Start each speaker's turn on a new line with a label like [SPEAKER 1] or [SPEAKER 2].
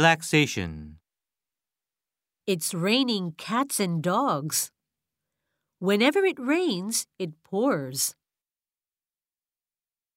[SPEAKER 1] Relaxation.
[SPEAKER 2] It's raining cats and dogs. Whenever it rains, it pours.